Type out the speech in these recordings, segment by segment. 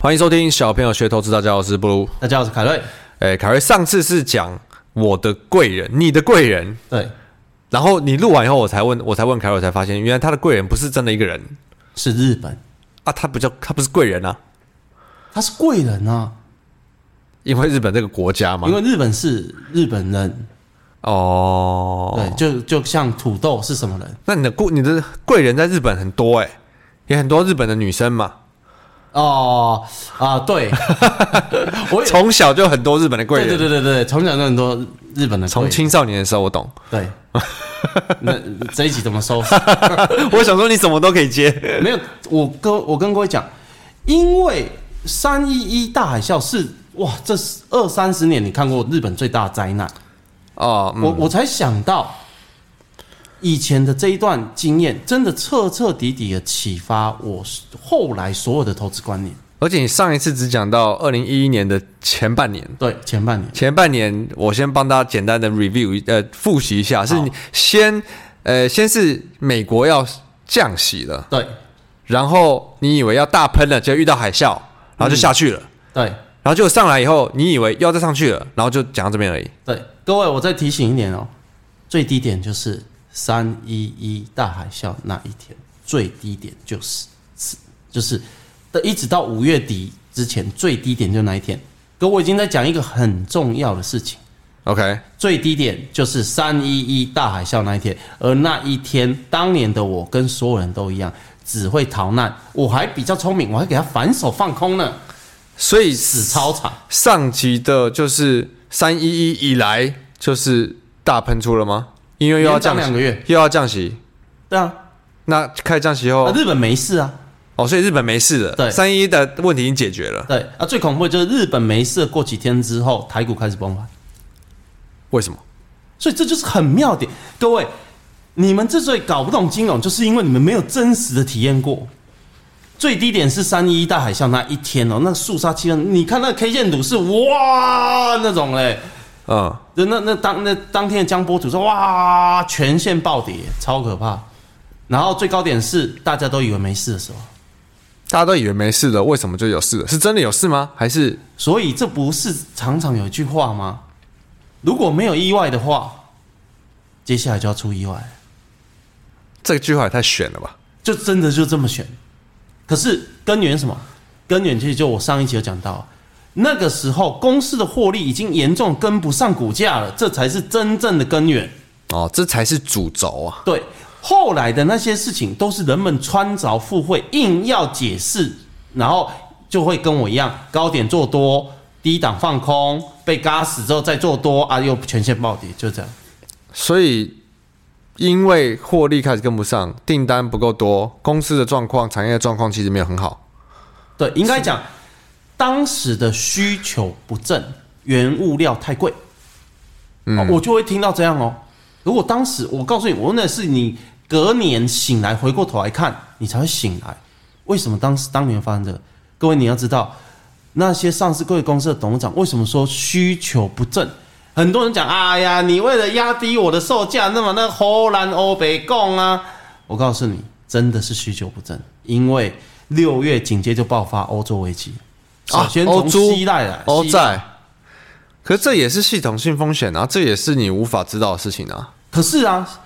欢迎收听小朋友学投资，大家好，我是布鲁。大家好，我是凯瑞。哎，凯瑞，上次是讲我的贵人，你的贵人，对，然后你录完以后，我才问，我才问凯瑞，我才发现原来他的贵人不是真的一个人是日本，啊，他不叫他不是贵人啊，他是贵人啊，因为日本这个国家嘛因，为日本是日本人，哦，对，就就像土豆是什么人？那你的贵你的贵人在日本很多哎、也很多日本的女生嘛，哦啊， 对，我也从小就很多日本的贵对人，对对对对，从小就很多日本的贵人从青少年的时候我懂，对。那这一集怎么收拾？我想说你什么都可以接， 没有，我跟我跟各位讲，因为三一一大海啸是哇，这是二三十年你看过日本最大的灾难，哦，嗯我我才想到，以前的这一段经验，真的彻彻底底的启发我后来所有的投资观念。而且你上一次只讲到二零一一年的前半年。对，前半年前半年，我先帮大家简单的 review 一呃复习一下，是好你先呃先是美国要降息了，对然后你以为要大喷了，结果遇到海啸，然后就下去了，对然后结果上来以后，你以为又要再上去了，然后就讲到这边而已。对，各位，我再提醒一点哦，最低点就是三一一大海啸那一天，最低点就是就是的，一直到五月底之前，最低点就那一天。可我已经在讲一个很重要的事情。 OK，最低点就是三一一大海啸那一天，而那一天当年的我跟所有人都一样，只会逃难，我还比较聪明，我还给他反手放空呢，所以死操场。上集的就是三一一以来就是大喷出了吗？因为又要降息连涨两个月，又要降息，对啊，那开始降息后啊，日本没事啊，哦，所以日本没事了，对三一一的问题已经解决了，对啊，最恐怖的就是日本没事，过几天之后台股开始崩盘，为什么？所以这就是很妙的点，各位，你们之所以搞不懂金融，就是因为你们没有真实的体验过。最低点是三一一大海啸那一天哦，那肃杀气氛，你看那个 K 线图是哇那种嘞，嗯。那那那当那当天的江波主说哇，全线暴跌，超可怕。然后最高点是大家都以为没事的时候，大家都以为没事了，为什么就有事了？是真的有事吗？还是所以这不是常常有一句话吗？如果没有意外的话，接下来就要出意外了，这句话也太悬了吧？就真的就这么选。可是根源是什么？根源其实就我上一集有讲到，那个时候公司的获利已经严重跟不上股价了，这才是真正的根源。哦，这才是主轴啊！对，后来的那些事情都是人们穿着附会，硬要解释，然后就会跟我一样，高点做多，低档放空，被嘎死之后再做多啊，又全线暴跌，就这样。所以，因为获利开始跟不上，订单不够多，公司的状况、产业的状况其实没有很好。对，应该讲当时的需求不振，原物料太贵，嗯哦我就会听到这样哦。如果当时我告诉你，我那是你隔年醒来回过头来看，你才会醒来。为什么当时当年发生的？各位你要知道，那些上市贵公司的董事长为什么说需求不振？很多人讲，哎呀，你为了压低我的售价，那么那荷兰欧北贡啊，我告诉你，真的是需求不振，因为六月紧接就爆发欧洲危机，首先啊欧从洲希腊来，欧希腊债，哦可是这也是系统性风险啊，这也是你无法知道的事情啊。可是啊，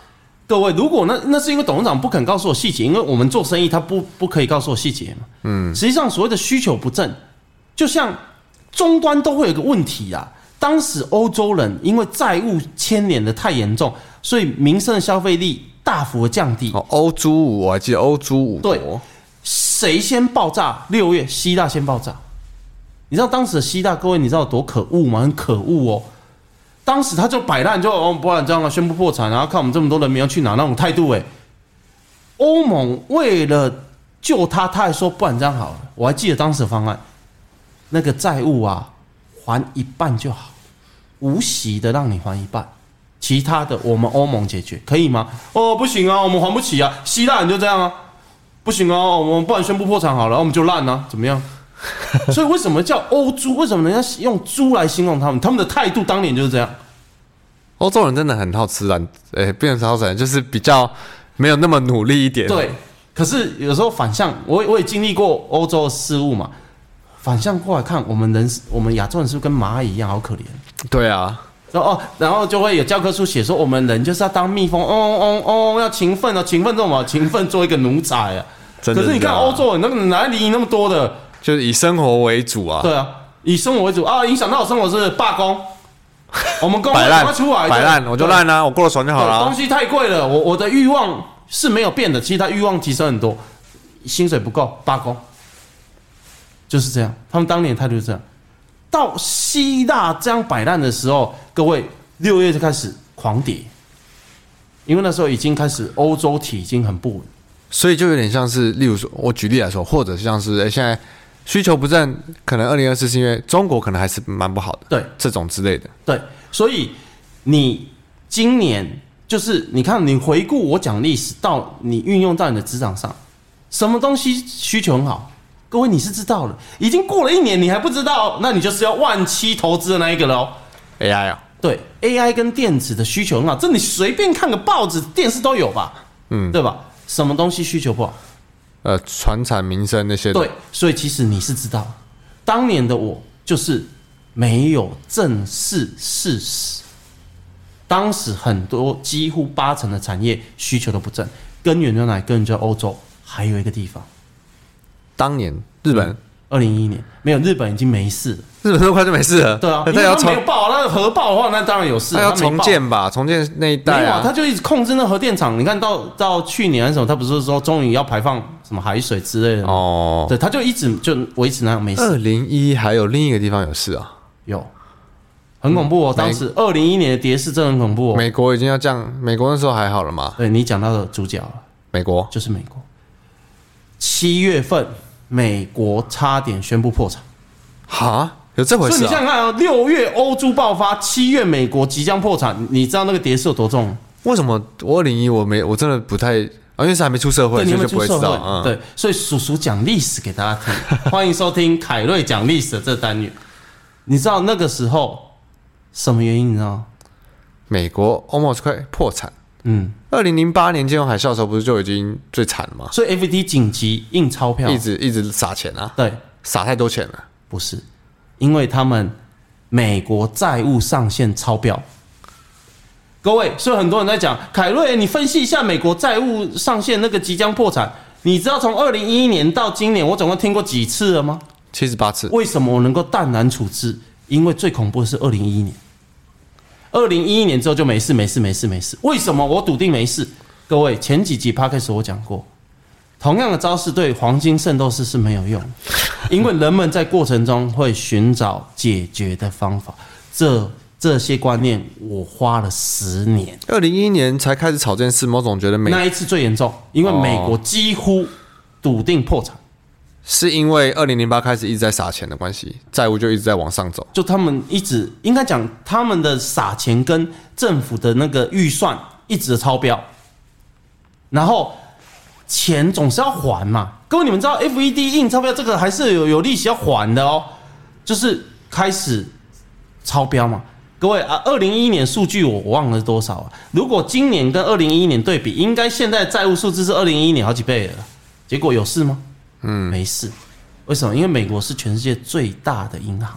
各位，如果那那是因为董事长不肯告诉我细节，因为我们做生意他不不可以告诉我细节嘛。嗯，实际上所谓的需求不振，就像终端都会有一个问题啊。当时欧洲人因为债务牵连的太严重，所以民生的消费力大幅地降低。哦，欧猪五，我还记得欧猪五对国，谁先爆炸？六月希腊先爆炸。你知道当时的希腊，各位你知道有多可恶吗？很可恶哦。当时他就摆烂，就哦，不然这样啊，宣布破产，然后看我们这么多人民要去哪那种态度。哎，欧盟为了救他，他还说不然这样好了。我还记得当时的方案，那个债务啊，还一半就好，无息的让你还一半，其他的我们欧盟解决，可以吗？哦，不行啊，我们还不起啊，希腊人就这样啊。不行啊，我们不然宣布破产好了，我们就烂啊，怎 么样？所以为什么叫欧猪？为什么人家用猪来形容他们？他们的态度当年就是这样。欧洲人真的很好吃懒，诶、变成好吃懒，就是比较没有那么努力一点。对，可是有时候反向，我也我也经历过欧洲的事物嘛，反向过来看，我们人是，我们亚洲人是不是跟蚂蚁一样好可怜？对啊，然后哦，然后就会有教科书写说，我们人就是要当蜜蜂，嗡嗡嗡嗡，要勤奋哦，勤奋做什么？勤奋做一个奴才啊！真的可是你这看样啊欧洲人，那个哪里理你那么多的？就是以生活为主啊，对啊，以生活为主啊，影响到我生活是罢 工，我们工会摆烂赶快出来，摆烂，我就烂啊，我过了爽就好了对，东啊。西太贵了，我我的欲望是没有变的，其实他欲望提升很多，薪水不够，罢工，就是这样。他们当年态度是这样。到希腊这样摆烂的时候，各位六月就开始狂跌，因为那时候已经开始欧洲体已经很不稳，所以就有点像是，例如说，我举例来说，或者像是，哎、现在需求不振，可能二零二四是因为中国可能还是蛮不好的，对这种之类的。对，所以你今年就是你看，你回顾我讲历史，到你运用到你的职场上，什么东西需求很好，各位你是知道了，已经过了一年，你还不知道，那你就是要万期投资的那一个喽。 AI 啊，对，AI 跟电子的需求很好，这你随便看个报纸、电视都有吧，嗯，对吧？什么东西需求不好？呃，传产民生那些的，对，所以其实你是知道，当年的我就是没有正视事实。当时很多几乎八成的产业需求都不振，根源在哪里？根源就在欧洲，还有一个地方，当年日本，二零一一年没有日本已经没事了。日本那么快就没事了，对啊，那因他为要他没有重，爆，那核爆的话，那当然有事。他要它没爆重建吧，重建那一没代有啊，他啊，就一直控制那核电厂。你看到到去年还是什么，他不是说终于要排放什么海水之类的吗？哦，对，他就一直就维持那样没事。二零一还有另一个地方有事啊，有，很恐怖哦。嗯当时二零一年的跌势真的很恐怖哦。美国已经要降，美国那时候还好了嘛，对你讲到的主角了美国就是美国，七月份美国差点宣布破产，哈，有这回所以事你想啊？想看啊，六月欧洲爆发，七月美国即将破产，你知道那个跌势有多重？为什么我二零一我没我真的不太，啊，因为是还没出社会，所对，你以们就不会出社知道，会，嗯，对，所以叔叔讲历史给大家听，欢迎收听凯瑞讲历史的这单元。你知道那个时候什么原因？你知道吗？美国 almost 快破产。嗯，二零零八年金融海啸的时候，不是就已经最惨了吗？所以 FED 紧急印钞票一，直一直撒钱啊，对，撒太多钱了。不是，因为他们美国债务上限超标。各位，所以很多人在讲凯瑞，你分析一下美国债务上限那个即将破产。你知道从二零一一年到今年，我总共听过几次了吗？七十八次，为什么我能够淡然处置？因为最恐怖的是二零一一年，二零一一年之后就没事没事没事没事。为什么我笃定没事？各位前几集 p o d c a s 我讲过，同样的招式对黄金圣斗士是没有用的，因为人们在过程中会寻找解决的方法。这这些观念我花了十年，二零一一年才开始炒这件事，某总觉得美那一次最严重，因为美国几乎笃定破产。是因为二零零八开始一直在撒钱的关系，债务就一直在往上走。就他们一直应该讲他们的撒钱跟政府的那个预算一直超标，然后钱总是要还嘛。各位你们知道 FED 印钞票这个还是有有利息要还的哦，就是开始超标嘛。各位啊，二零一一年数据我我忘了是多少啊？如果今年跟二零一一年对比，应该现在债务数字是二零一一年好几倍了。结果有事吗？嗯，没事。为什么？因为美国是全世界最大的银行。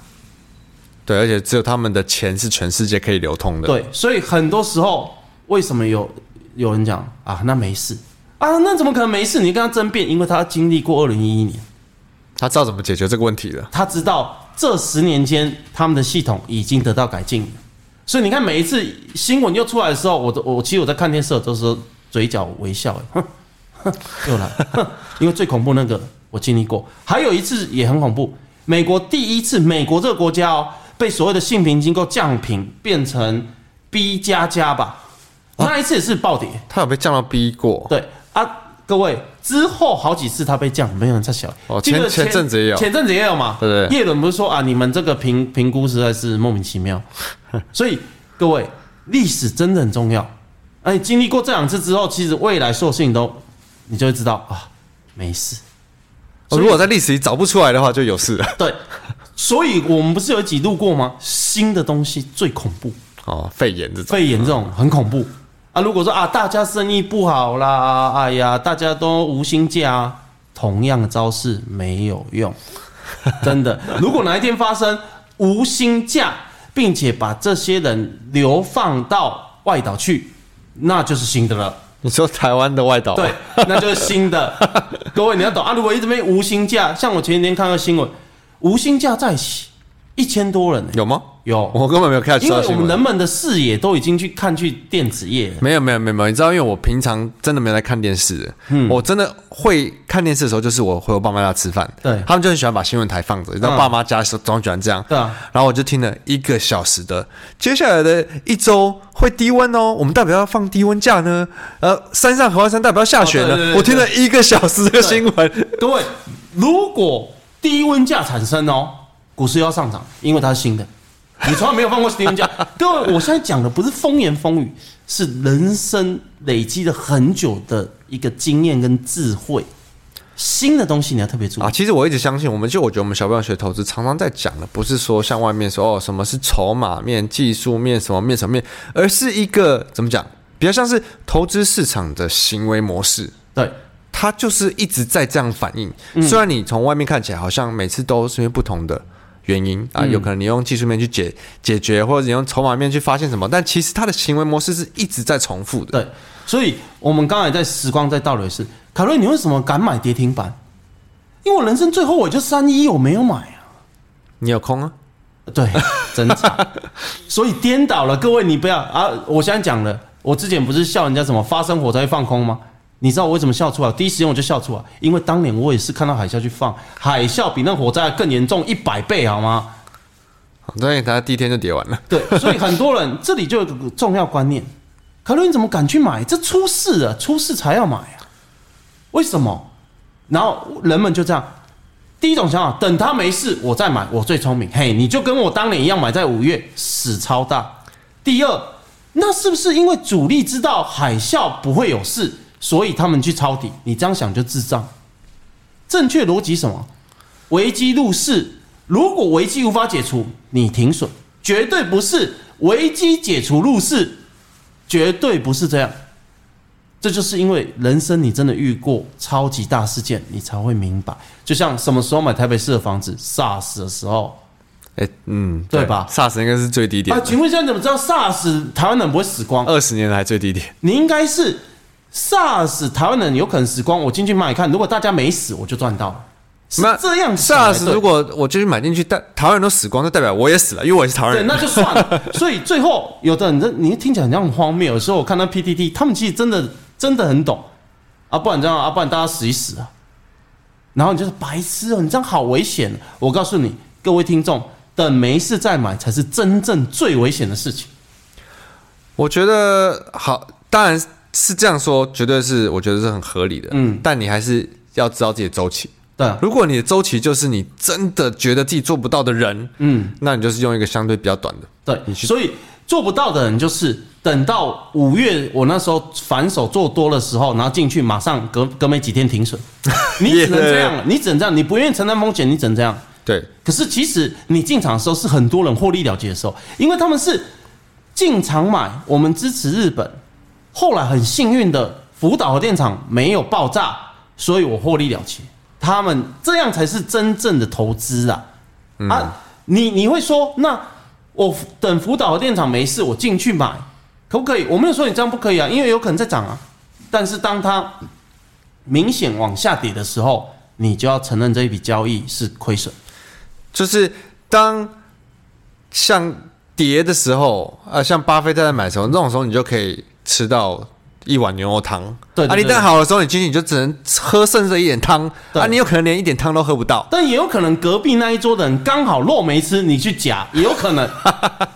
对，而且只有他们的钱是全世界可以流通的。，对，所以很多时候，为什么有有人讲啊，那没事啊，那怎么可能没事？你跟他争辩，因为他经历过二零一一年，他知道怎么解决这个问题了。他知道这十年间他们的系统已经得到改进了。所以你看，每一次新闻又出来的时候，我都我其实我在看电视的时候，都是嘴角微笑，哼， 哼又来， 哼，因为最恐怖那个我经历过，还有一次也很恐怖，美国第一次，美国这个国家哦，被所谓的性平机构降评变成 B 加加吧，那一次也是暴跌，他有被降到逼过，对啊，各位之后好几次他被降，没有人再小。哦记得前前阵子也有前阵子也有嘛。对对对叶伦不是说啊，你们这个评评估实在是莫名其 妙，所以各位历史真的很重要。哎，经历过这两次之后，其实未来所有事情都你就会知道啊，没事。哦如果在历史里找不出来的话，就有事了。对，所以我们不是有一集录过吗？新的东西最恐怖。哦，肺炎这种，肺炎这种很恐怖啊！如果说啊，大家生意不好啦，哎呀，大家都无薪假、啊，同样的招式没有用， 真的。如果哪一天发生无薪假，并且把这些人流放到外岛去，那就是新的了。你说台湾的外岛，啊 对，，那就是新的。各位你要懂啊，如果一直被无薪假，像我前几天看到新闻，无薪假再起一千多人、呢。有吗？有，我根本没有看因到为我哦新们闻。人们的视野都已经去看去电子业了。没有没有没有没有，你知道，因为我平常真的没有在看电视，嗯我真的会看电视的时候，就是我回我爸妈家吃饭，对他们就很喜欢把新闻台放着，你知道，嗯爸妈家是总喜欢这样，对啊，然后我就听了一个小时的，接下来的一周会低温哦，我们代表要放低温假呢，呃，山上合欢山代表要下雪呢，哦对对对我听了一个小时的新闻， 各位，如果低温价产生哦，股市又要上涨，因为它是新的。你从来没有放过低温价。各位，我现在讲的不是风言风语，是人生累积了很久的一个经验跟智慧。新的东西你要特别注意啊，。其实我一直相信，我们就我觉得我们小朋友学投资，常常在讲的不是说像外面说哦什么是筹码面、技术面、什么面什么面，而是一个怎么讲，比较像是投资市场的行为模式。对，它就是一直在这样反应，嗯虽然你从外面看起来好像每次都是因为不同的原因啊，有可能你用技术面去解解决，或者你用筹码面去发现什么，但其实它的行为模式是一直在重复的。对，所以我们刚才在时光在倒流是，凯瑞，你为什么敢买跌停板？因为我人生最后我就三一，我没有买啊。你有空啊？对， 真惨。所以颠倒了，各位你不要啊！我现在讲了，我之前不是笑人家什么发生火灾放空吗？你知道我为什么笑出来？第一时间我就笑出来，因为当年我也是看到海啸去放，海啸比那火灾更严重一百倍，好吗？好对，它第一天就跌完了。对，所以很多人这里就有个重要观念：可乐你怎么敢去买？这出事了，出事才要买啊！为什么？然后人们就这样，第一种想法，等他没事我再买，我最聪明。嘿，你就跟我当年一样买在五月，死超大。第二，那是不是因为主力知道海啸不会有事，所以他们去抄底？你这样想就智障。正确逻辑是什么？危机入市，如果危机无法解除，你停损，绝对不是危机解除入市，绝对不是这样。这就是因为人生你真的遇过超级大事件，你才会明白。就像什么时候买台北市的房子，SARS 的时候，哎、嗯，对吧？SARS 应该是最低点啊，，请问一下，你怎么知道 SARS 台湾人不会死 光？二十年来最低点。你应该是 SARS 台湾人有可能死光，我进去买看，如果大家没死，我就赚到了。是那这样子才 SARS 对如果我继续买进去，但台湾人都死光，就代表我也死了，因为我也是台湾对，人。那就算了。所以最后有的人，这你听起来很像很荒谬。有时候我看到 PTT，他们其实真的真的很懂啊，不然这样啊，不然大家死一死啊。然后你就是白痴哦，你这样好危险。我告诉你，各位听众，等没事再买才是真正最危险的事情。我觉得好，当然是这样说，绝对是我觉得是很合理的。嗯嗯，但你还是要知道自己的周期。对啊，如果你的周期就是你真的觉得自己做不到的人，嗯，那你就是用一个相对比较短的。对，去所以做不到的人就是等到五月，我那时候反手做多的时候，然后进去马上隔隔没几天停损，你只能这样了，你只能这样，你不愿意承担风险，你只能这样。对，可是其实你进场的时候是很多人获利了结的时候，因为他们是进场买，我们支持日本，后来很幸运的福岛核电厂没有爆炸，所以我获利了结。他们这样才是真正的投资啊！啊，你你会说，那我等福岛核电厂没事，我进去买，可不可以？我没有说你这样不可以啊，因为有可能在涨啊。但是当它明显往下跌的时候，你就要承认这一笔交易是亏损。就是当像跌的时候，啊，像巴菲特在买的时候，那种时候你就可以吃到一碗牛肉汤。对对啊，你对等好的时候，你进去你就只能喝剩这一点汤，对啊，你有可能连一点汤都喝不到。但也有可能隔壁那一桌的人刚好肉没吃，你去夹也有可能。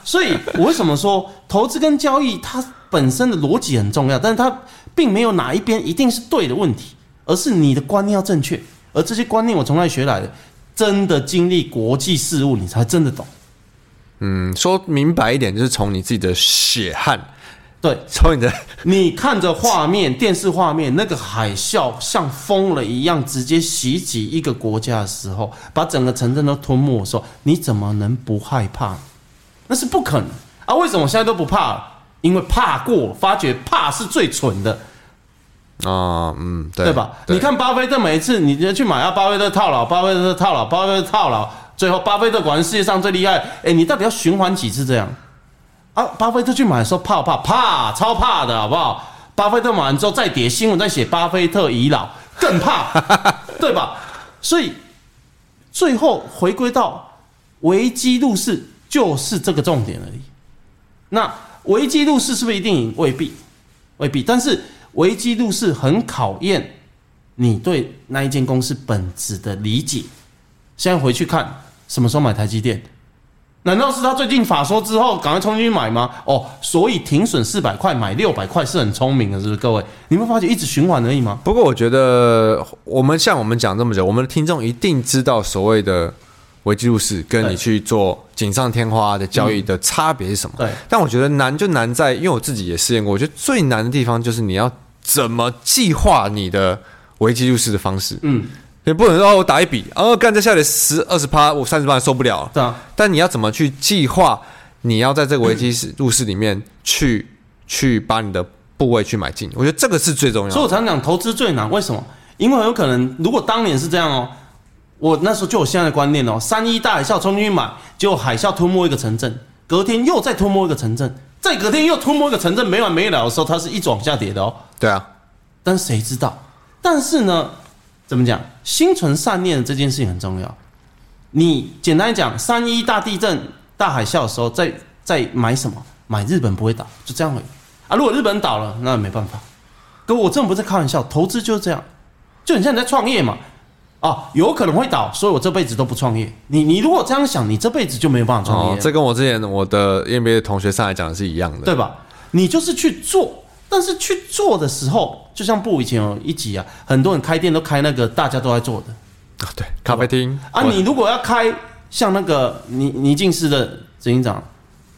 所以我为什么说投资跟交易它本身的逻辑很重要，但是它并没有哪一边一定是对的问题，而是你的观念要正确。而这些观念我从哪里学来的？真的经历国际事务，你才真的懂。嗯，说明白一点，就是从你自己的血汗，对，从你的你看着画面，电视画面，那个海啸像疯了一样，直接袭击一个国家的时候，把整个城镇都吞没的时候，你怎么能不害怕呢？那是不可能啊！为什么我现在都不怕了？因为怕过，发觉怕是最蠢的。啊、嗯，对，对吧？你看巴菲特每一次，你就去买啊，巴菲特套牢，巴菲特套牢，巴菲特套牢，最后巴菲特果然世界上最厉害。哎，你到底要循环几次这样？啊，巴菲特去买的时候怕不怕？怕，超怕的好不好？巴菲特买完之后再跌，新闻再写巴菲特已老，更 怕，对吧？所以最后回归到危机入市，就是这个重点而已。那危机入市是不是一定赢？未必，未必。但是危机入市很考验你对那一间公司本质的理解。现在回去看，什么时候买台积电？难道是他最近法说之后赶快冲进去买吗？哦，所以停损四百块买六百块是很聪明的，是不是？各位，你们发觉一直循环而已吗？不过我觉得，我们像我们讲这么久，我们的听众一定知道所谓的危机入市跟对你去做锦上添花的交易的差别是什么。对但我觉得难就难在，因为我自己也试验过，我觉得最难的地方就是你要怎么计划你的危机入市的方式。嗯，也不能说哦我打一笔，哦干这下来十二十趴，我三十趴受不了了。对啊，但你要怎么去计划？你要在这个危机市入市里面去去把你的部位去买进，我觉得这个是最重要所以的。我常讲投资最难，为什么？因为很有可能，如果当年是这样哦，我那时候就有现在的观念哦，三一大海啸冲进去买，结果海啸吞没一个城镇，隔天又再吞没一个城镇，再隔天又吞没一个城镇，没完没了的时候，它是一直往下跌的哦。对啊，但谁知道？但是呢，怎么讲？心存善念这件事情很重要。你简单讲，三一大地震、大海啸的时候，在在买什么？买日本不会倒，就这样而已啊。如果日本倒了，那也没办法。哥，我真的不是在开玩笑，投资就是这样，就很像你在创业嘛。啊，有可能会倒，所以我这辈子都不创业。你你如果这样想，你这辈子就没有办法创业哦了。，这跟我之前我的 NBA 的同学上来讲的是一样的。对吧？你就是去做，但是去做的时候，就像布以前有一集啊，很多人开店都开那个大家都在做的啊对，咖啡厅啊。我你如果要开像那个倪倪静思的执行长，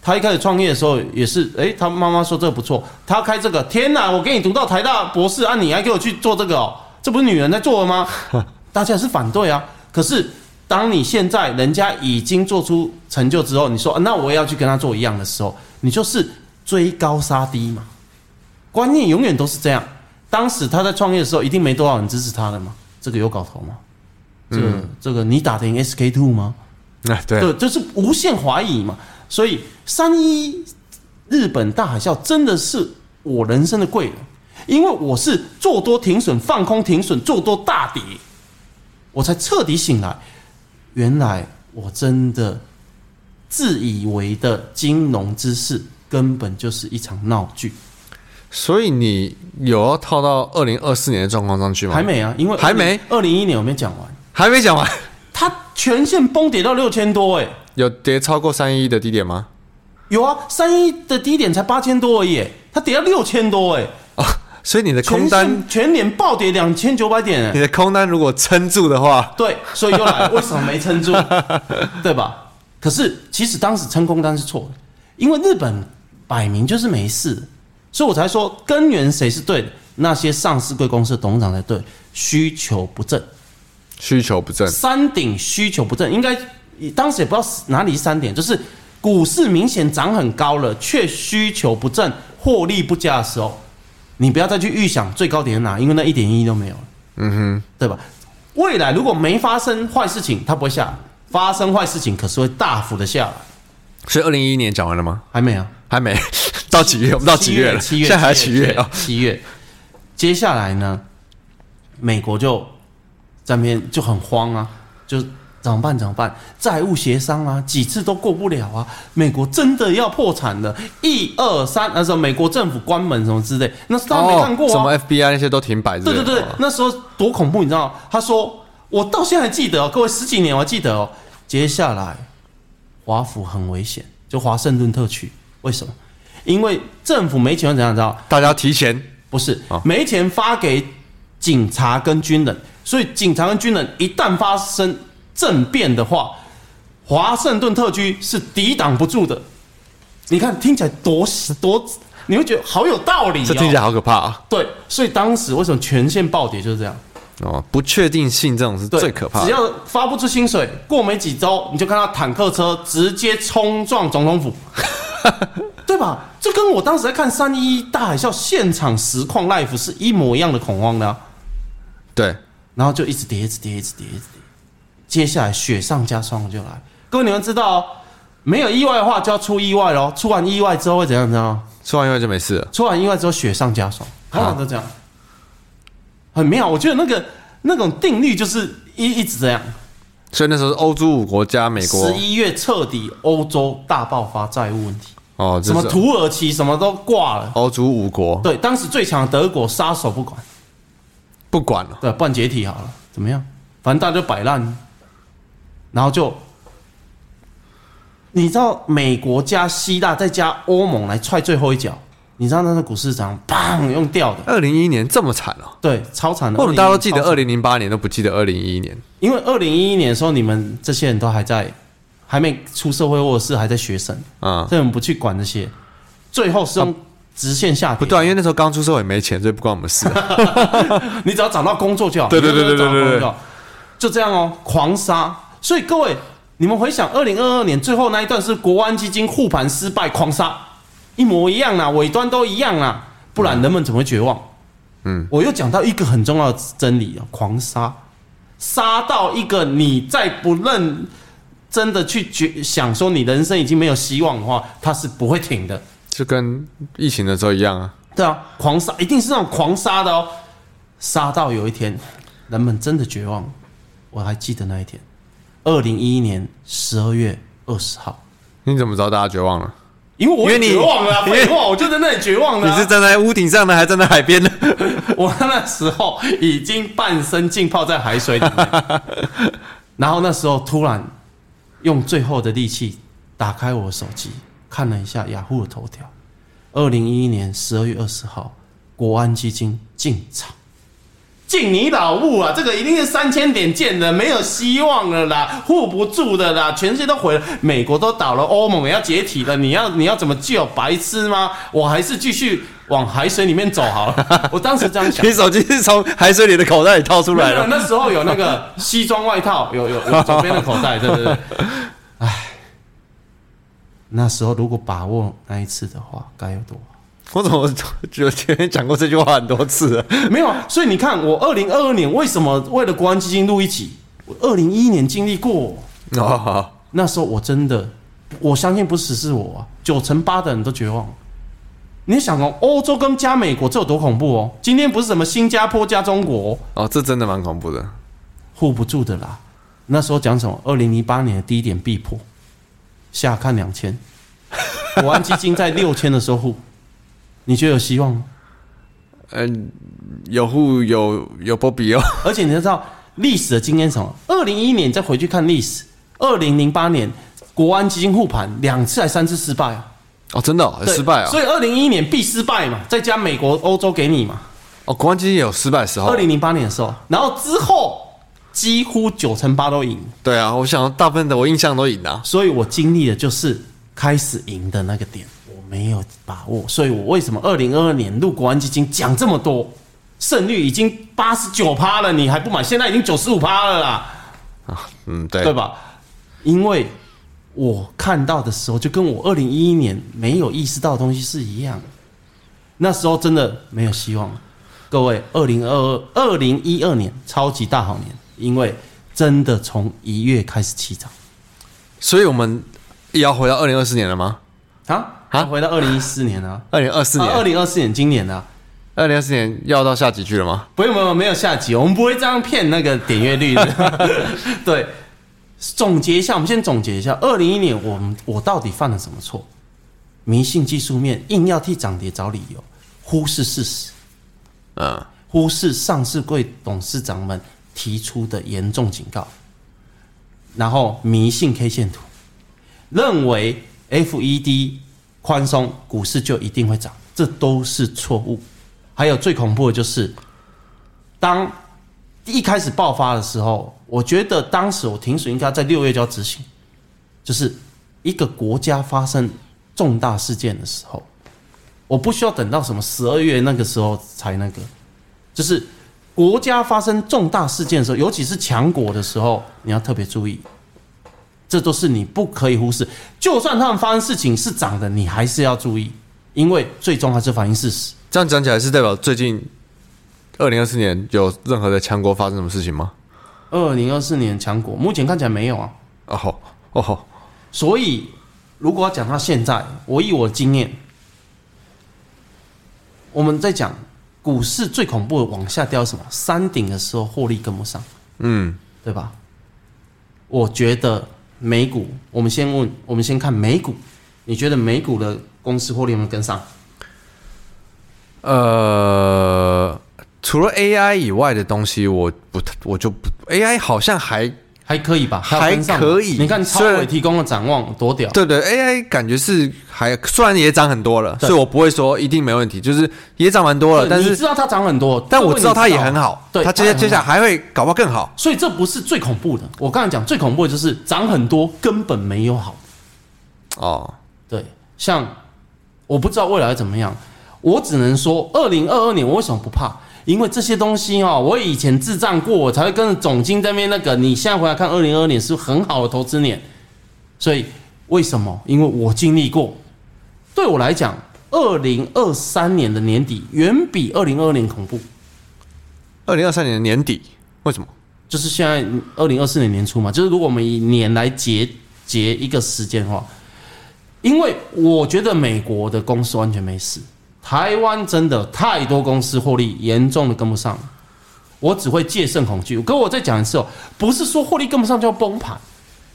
他一开始创业的时候也是，诶，他妈妈说这个不错，他开这个，天哪，我给你读到台大博士啊，你还给我去做这个哦，这不是女人在做的吗？大家是反对啊，可是。当你现在人家已经做出成就之后，你说、啊那我也要去跟他做一样的时候，你就是追高杀低嘛。观念永远都是这样。当时他在创业的时候，一定没多少人支持他的嘛。这个有搞头吗？这个、这个你打得赢 SK two 吗？啊对嗯对，就是无限怀疑嘛。所以三一日本大海啸真的是我人生的贵人，因为我是做多停损、放空停损、做多大跌，我才彻底醒来，原来我真的自以为的金融知识根本就是一场闹剧。所以你有要套到二零二四年的状况上去吗？还没啊，因为还没二零一年我没讲完，还没讲完， 它全线崩跌到六千多哎、有跌超过三一的低点吗？有啊，三一的低点才八千多而已、哎它跌到六千多哎、哦所以你的空全单，线全年暴跌两千九百点哎、你的空单如果撑住的话，对，所以又来，为什么没 撑住？对吧？可是其实当时撑空单是错的，因为日本摆明就是没事，所以我才说根源谁是对的，那些上市贵公司的董事长才对，需求不振。需求不振，山顶需求不振，应该当时也不知道哪里是山顶，就是股市明显涨很高了，却需求不振、获利不佳的时候，你不要再去预想最高点在哪，因为那一点意义都没有了，嗯哼，对吧？未来如果没发生坏事情，它不会下来；发生坏事情，可是会大幅的下来。所以二零一一年讲完了吗？还没啊，还没， 到几月？我们到几月了？七月，现在还七几月啊？七月。接下来呢，美国就在那边就很慌啊，就怎么办？怎么办？债务协商啊，几次都过不了啊。美国真的要破产了，一二三，那时候美国政府关门什么之类，那是他没看过哦什啊。么 FBI 那些都停摆之类对的，对对哦，那时候多恐怖，你知道吗？他说，我到现在还记得哦，各位十几年我还记得哦。接下来，华府很危险，就华盛顿特区，为什么？因为政府没钱会怎样，你知道吗？大家要提前不是哦，没钱发给警察跟军人，所以警察跟军人一旦发生政变的话，华盛顿特区是抵挡不住的。你看，听起来多多，你会觉得好有道理、哦。这听起来好可怕啊！对，所以当时为什么全线暴跌就是这样？哦，不确定性这种是对，最可怕只的。要发不出薪水，过没几周，你就看到坦克车直接冲撞总统府，对吧？这跟我当时在看三一大海啸现场实况 live 是一模一样的恐慌的、啊，对，然后就一直跌，一直跌，一直跌，一直跌。接下来雪上加霜就来，各位你们知道、哦，没有意外的话就要出意外喽。出完意外之后会怎样？你知道吗？吃完以后就没事了。出完意外之后雪上加霜，通常都这样，很妙。我觉得那个那种定律就是一一直这样。所以那时候是欧洲五国加美国十，一月彻底欧洲大爆发债务问题，哦，什这么是土耳其什么都挂了。欧洲五国，对，当时最强的德国撒手不管，不管了，对，半解体好了，怎么样？反正大家就摆烂，然后就，你知道美国加希腊再加欧盟来踹最后一脚，你知道那个股市涨，砰用掉的，二零一一年这么惨哦。对，超惨的。为什么大家都记得2010二零零八年，都不记得二零一一年？因为二零一一年的时候，你们这些人都还在，还没出社会，或者是还在学生，嗯，所以我们不去管这些。最后是用直线下跌，啊不对啊，因为那时候刚出社会没钱，所以不关我们事啊。 你只要找到工作就好。对对对对你只要找到对对工作就好就这样哦，狂杀。所以各位，你们回想二零二二年最后那一段是国安基金护盘失败，狂杀，一模一样啦，尾端都一样啦，不然人们怎么会绝望？嗯，我又讲到一个很重要的真理啊，狂杀，杀到一个你再不认真的去觉想说你人生已经没有希望的话，它是不会停的。就跟疫情的时候一样啊。对啊，狂杀一定是那种狂杀的哦，杀到有一天人们真的绝望。我还记得那一天，二零一一年十二月二十号，你怎么知道大家绝望了？因为我也因为你绝望了啊，因为废话，我就在那里绝望了你啊、是站在屋顶上呢，还是站在海边呢？ 我那时候已经半身浸泡在海水里面，然后那时候突然用最后的力气打开我的手机，看了一下雅虎的头条，二零一一年十二月二十号，国安基金进场。敬你老母啊！这个一定是三千点见的，没有希望了啦，护不住的啦，全世界都毁了，美国都倒了，欧盟也要解体了，你要你要怎么救？白痴吗？我还是继续往海水里面走好了。我当时这样想你。手机是从海水里的口袋里掏出来没有 的。那时候有那个西装外套，有有 有左边的口袋，对对对。 唉，那时候如果把握那一次的话，该有多好。我怎么觉得前面讲过这句话很多次 了？没有，啊，所以你看，我二零二二年为什么为了国安基金录一集？我二零一一年经历过，哦，好那时候我真的，我相信不只是我、啊，九成八的人都绝望。你想哦，欧洲跟加美国这有多恐怖哦？今天不是什么新加坡加中国、哦，哦，这真的蛮恐怖的。护不住的啦。那时候讲什么？二零零八年的低点必破，下看两千，国安基金在六千的时候护，你觉得有希望吗？嗯，有户有有波比哦，而且你要知道历史的经验是什么？二零一一年你再回去看历史，二零零八年国安基金护盘两次还三次失败啊，哦，真的、哦、对失败哦。所以二零一一年必失败嘛，再加美国、欧洲给你嘛。哦，国安基金也有失败的时候二。零零八年的时候，然后之后几乎九成八都赢，对啊，我想大部分的我印象都赢啊了。所以我经历的就是开始赢的那个点，我没有把握，所以我为什么二零二二年入国安基金讲这么多，胜率已经八十九趴了，你还不买？现在已经九十五趴了啦，嗯，对，对吧？因为我看到的时候，就跟我二零一一年没有意识到的东西是一样的，那时候真的没有希望了。各位，二零二二、二零一二年超级大好年，因为真的从一月开始起涨。所以我们也要回到二零二四年了吗？啊啊回到二零一四年啊，二零二四二年，零二四年今年啊，二零二四年要到下几句了吗？不用不用没有下集，我们不会这样骗那个点阅 率的。对，总结一下，我们先总结一下，二零一年我们我到底犯了什么错？迷信技术面，硬要替涨跌找理由，忽视事实，嗯，忽视上市柜董事长们提出的严重警告，然后迷信 K 线图，认为 FED 宽松股市就一定会涨，这都是错误。还有最恐怖的就是，当一开始爆发的时候，我觉得当时我停损应该在六月就要执行，就是一个国家发生重大事件的时候，我不需要等到什么十二月那个时候才那个，就是国家发生重大事件的时候，尤其是强国的时候，你要特别注意。这都是你不可以忽视。就算他们发生事情是涨的，你还是要注意，因为最终还是反映事实。这样讲起来是代表最近二零二四年有任何的强国发生什么事情吗？二零二四年强国，目前看起来没有啊。哦吼，哦吼，所以，如果要讲他现在，我以我的经验，我们在讲股市最恐怖的往下掉是什么？山顶的时候获利跟不上，嗯，对吧？我觉得美股，我们先问，我们先看美股，你觉得美股的公司获利有没有跟上？呃，除了 AI 以外的东西，我不，我就不 AI 好像还还可以吧，有还跟上可以你看超虽伟然提供的展望多屌，对对，AI 感觉是还虽然也涨很多了，对所以我不会说一定没问题，就是也涨蛮多了，但你知是道它涨很多，但这我个知道嗯你它也很好，对，它接也很接下来好还会搞不好更好。所以这不是最恐怖的。我刚才讲最恐怖的就是涨很多根本没有好。哦，对，像我不知道未来怎么样，我只能说，二零二二年我为什么不怕？因为这些东西哦，我以前智障过，我才会跟着总经这边那个。你现在回来看，二零二二年是很好的投资年，所以为什么？因为我经历过。对我来讲，二零二三年的年底远比二零二二年恐怖，二零二三年的年底，为什么？就是现在二零二四年年初嘛，就是如果我们以年来结结一个时间的话，因为我觉得美国的公司完全没事，台湾真的太多公司获利严重的跟不上，我只会戒慎恐惧。跟我再讲一次哦，不是说获利跟不上就要崩盘，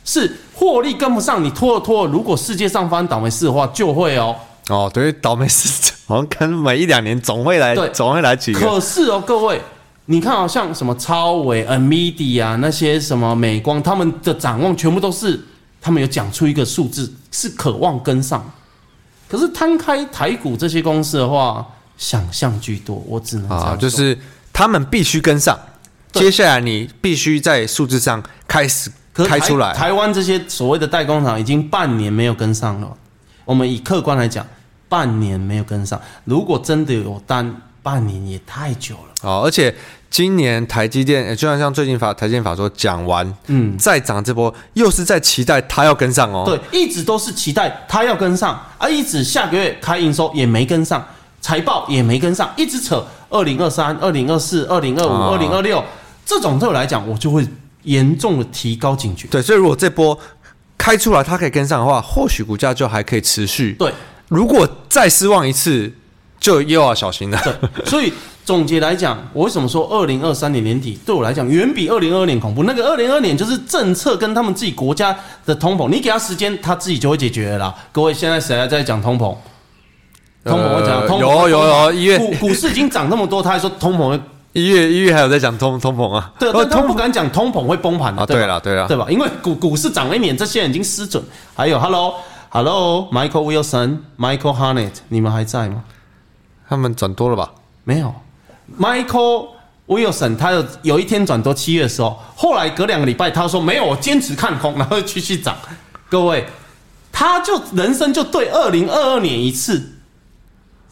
是获利跟不上，你拖了拖了，如果世界上发生倒霉事的话，就会哦。哦，对，倒霉事好像跟每一两年总会来，对总会来几个。可是哦，各位，你看好、像什么超维、NVIDIA 啊那些什么美光，他们的展望全部都是他们有讲出一个数字，是渴望跟上。可是摊开台股这些公司的话，想象居多，我只能这样啊说，就是他们必须跟上，对接下来你必须在数字上开始可是开台出来。台湾这些所谓的代工厂已经半年没有跟上了。我们以客观来讲，半年没有跟上。如果真的有单，半年也太久了。哦，而且今年台积电，呃就像像最近法台积电法说讲完，嗯，再涨这波，又是在期待它要跟上哦。对，一直都是期待它要跟上，啊，一直下个月开营收也没跟上，财报也没跟上，一直扯二零二三、二零二四、二零二五、啊二零二六这种对我来讲，我就会严重的提高警觉。对，所以如果这波开出来它可以跟上的话，或许股价就还可以持续。对如果再失望一次，就又要小心了。对，所以总结来讲，我为什么说二零二三年年底对我来讲远比二零二二年恐怖？那个二零二年就是政策跟他们自己国家的通膨，你给他时间，他自己就会解决了啦。各位，现在谁还在讲通膨？通膨会讲呃通膨有会有通膨有，一月股股市已经涨那么多，他还说通 膨会一月一月还有在讲通通膨啊，对，哦但他通们不敢讲通膨会崩盘的啊，对了对了，对吧？因为股股市涨了一年，这些人已经失准。还有，Hello，Hello，Michael Wilson、Michael Harnett，你们还在吗？他们转多了吧？没有，Michael Wilson，他有有一天转多七月的时候，后来隔两个礼拜，他说没有，我坚持看空，然后继续涨。各位，他就人生就对二零二二年一次，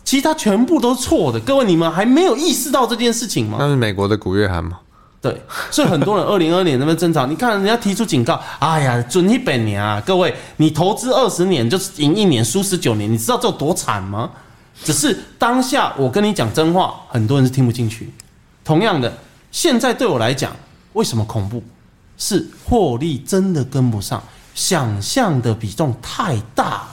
其实他全部都错的。各位，你们还没有意识到这件事情吗？那是美国的古月涵嘛？对，所以很多人二零二年那边争吵，你看人家提出警告，哎呀，准一本年啊，各位，你投资二十年就是赢一年，输十九年，你知道这有多惨吗？只是当下我跟你讲真话，很多人是听不进去。同样的，现在对我来讲，为什么恐怖？是获利真的跟不上，想象的比重太大了。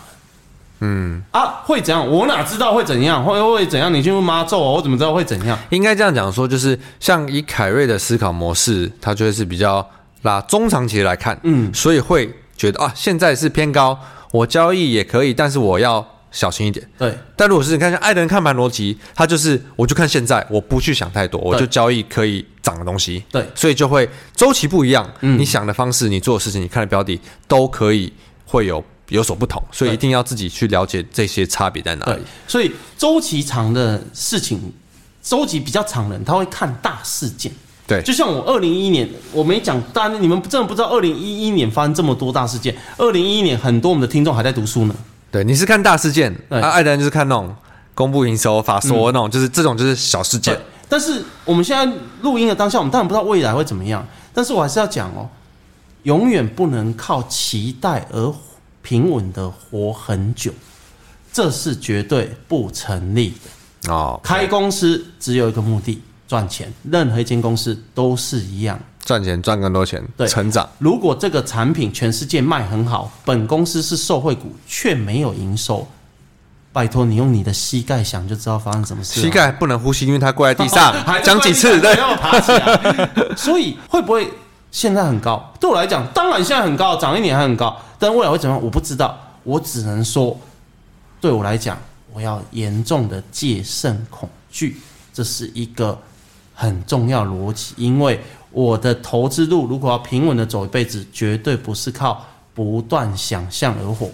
嗯啊，会怎样？我哪知道会怎样？会会怎样？你去问妈咒啊，我怎么知道会怎样？应该这样讲说，就是像以凯瑞的思考模式，它就会是比较拉中长期来看，嗯，所以会觉得啊，现在是偏高，我交易也可以，但是我要小心一点。对，但如果是你看像艾伦看盘逻辑，他就是我就看现在，我不去想太多，我就交易可以涨的东西。对所以就会周期不一样，你想的方式、你做的事情、你看的标的都可以会有有所不同，所以对一定要自己去了解这些差别在哪对里。，啊所以周期长的事情，周期比较长的人，他会看大事件。对，就像我二零一一年，我没讲，当然你们真的不知道，二零一一年发生这么多大事件。二零一一年，很多我们的听众还在读书呢。对，你是看大事件，对嗯啊，艾伦就是看那种公布营收、法说那种，就是这种就是小事件对。，但是我们现在录音的当下，我们当然不知道未来会怎么样。但是我还是要讲哦，永远不能靠期待而平稳的活很久，这是绝对不成立的。哦，开公司只有一个目的，赚钱。任何一间公司都是一样。赚钱赚更多钱，对成长如果这个产品全世界卖很好，本公司是受惠股却没有营收，拜托你用你的膝盖想就知道发生什么事了。膝盖不能呼吸，因为它跪在地上啊 哦还，讲几次对还，要爬起来。所以会不会现在很高？对我来讲，当然现在很高，涨一年还很高，但未来会怎么样，我不知道。我只能说，对我来讲，我要严重的戒慎恐惧，这是一个很重要的逻辑，因为我的投资路如果要平稳的走一辈子，绝对不是靠不断想象而活。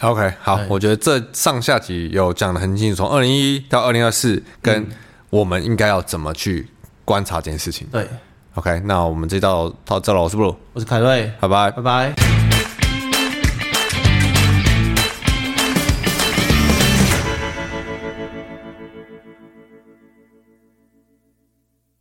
OK，好对，我觉得这上下集有讲的很清楚，从二零一到二零二四，嗯跟我们应该要怎么去观察这件事情。对， OK，那我们这道到这了，我是布鲁，我是凯瑞，拜拜拜。拜。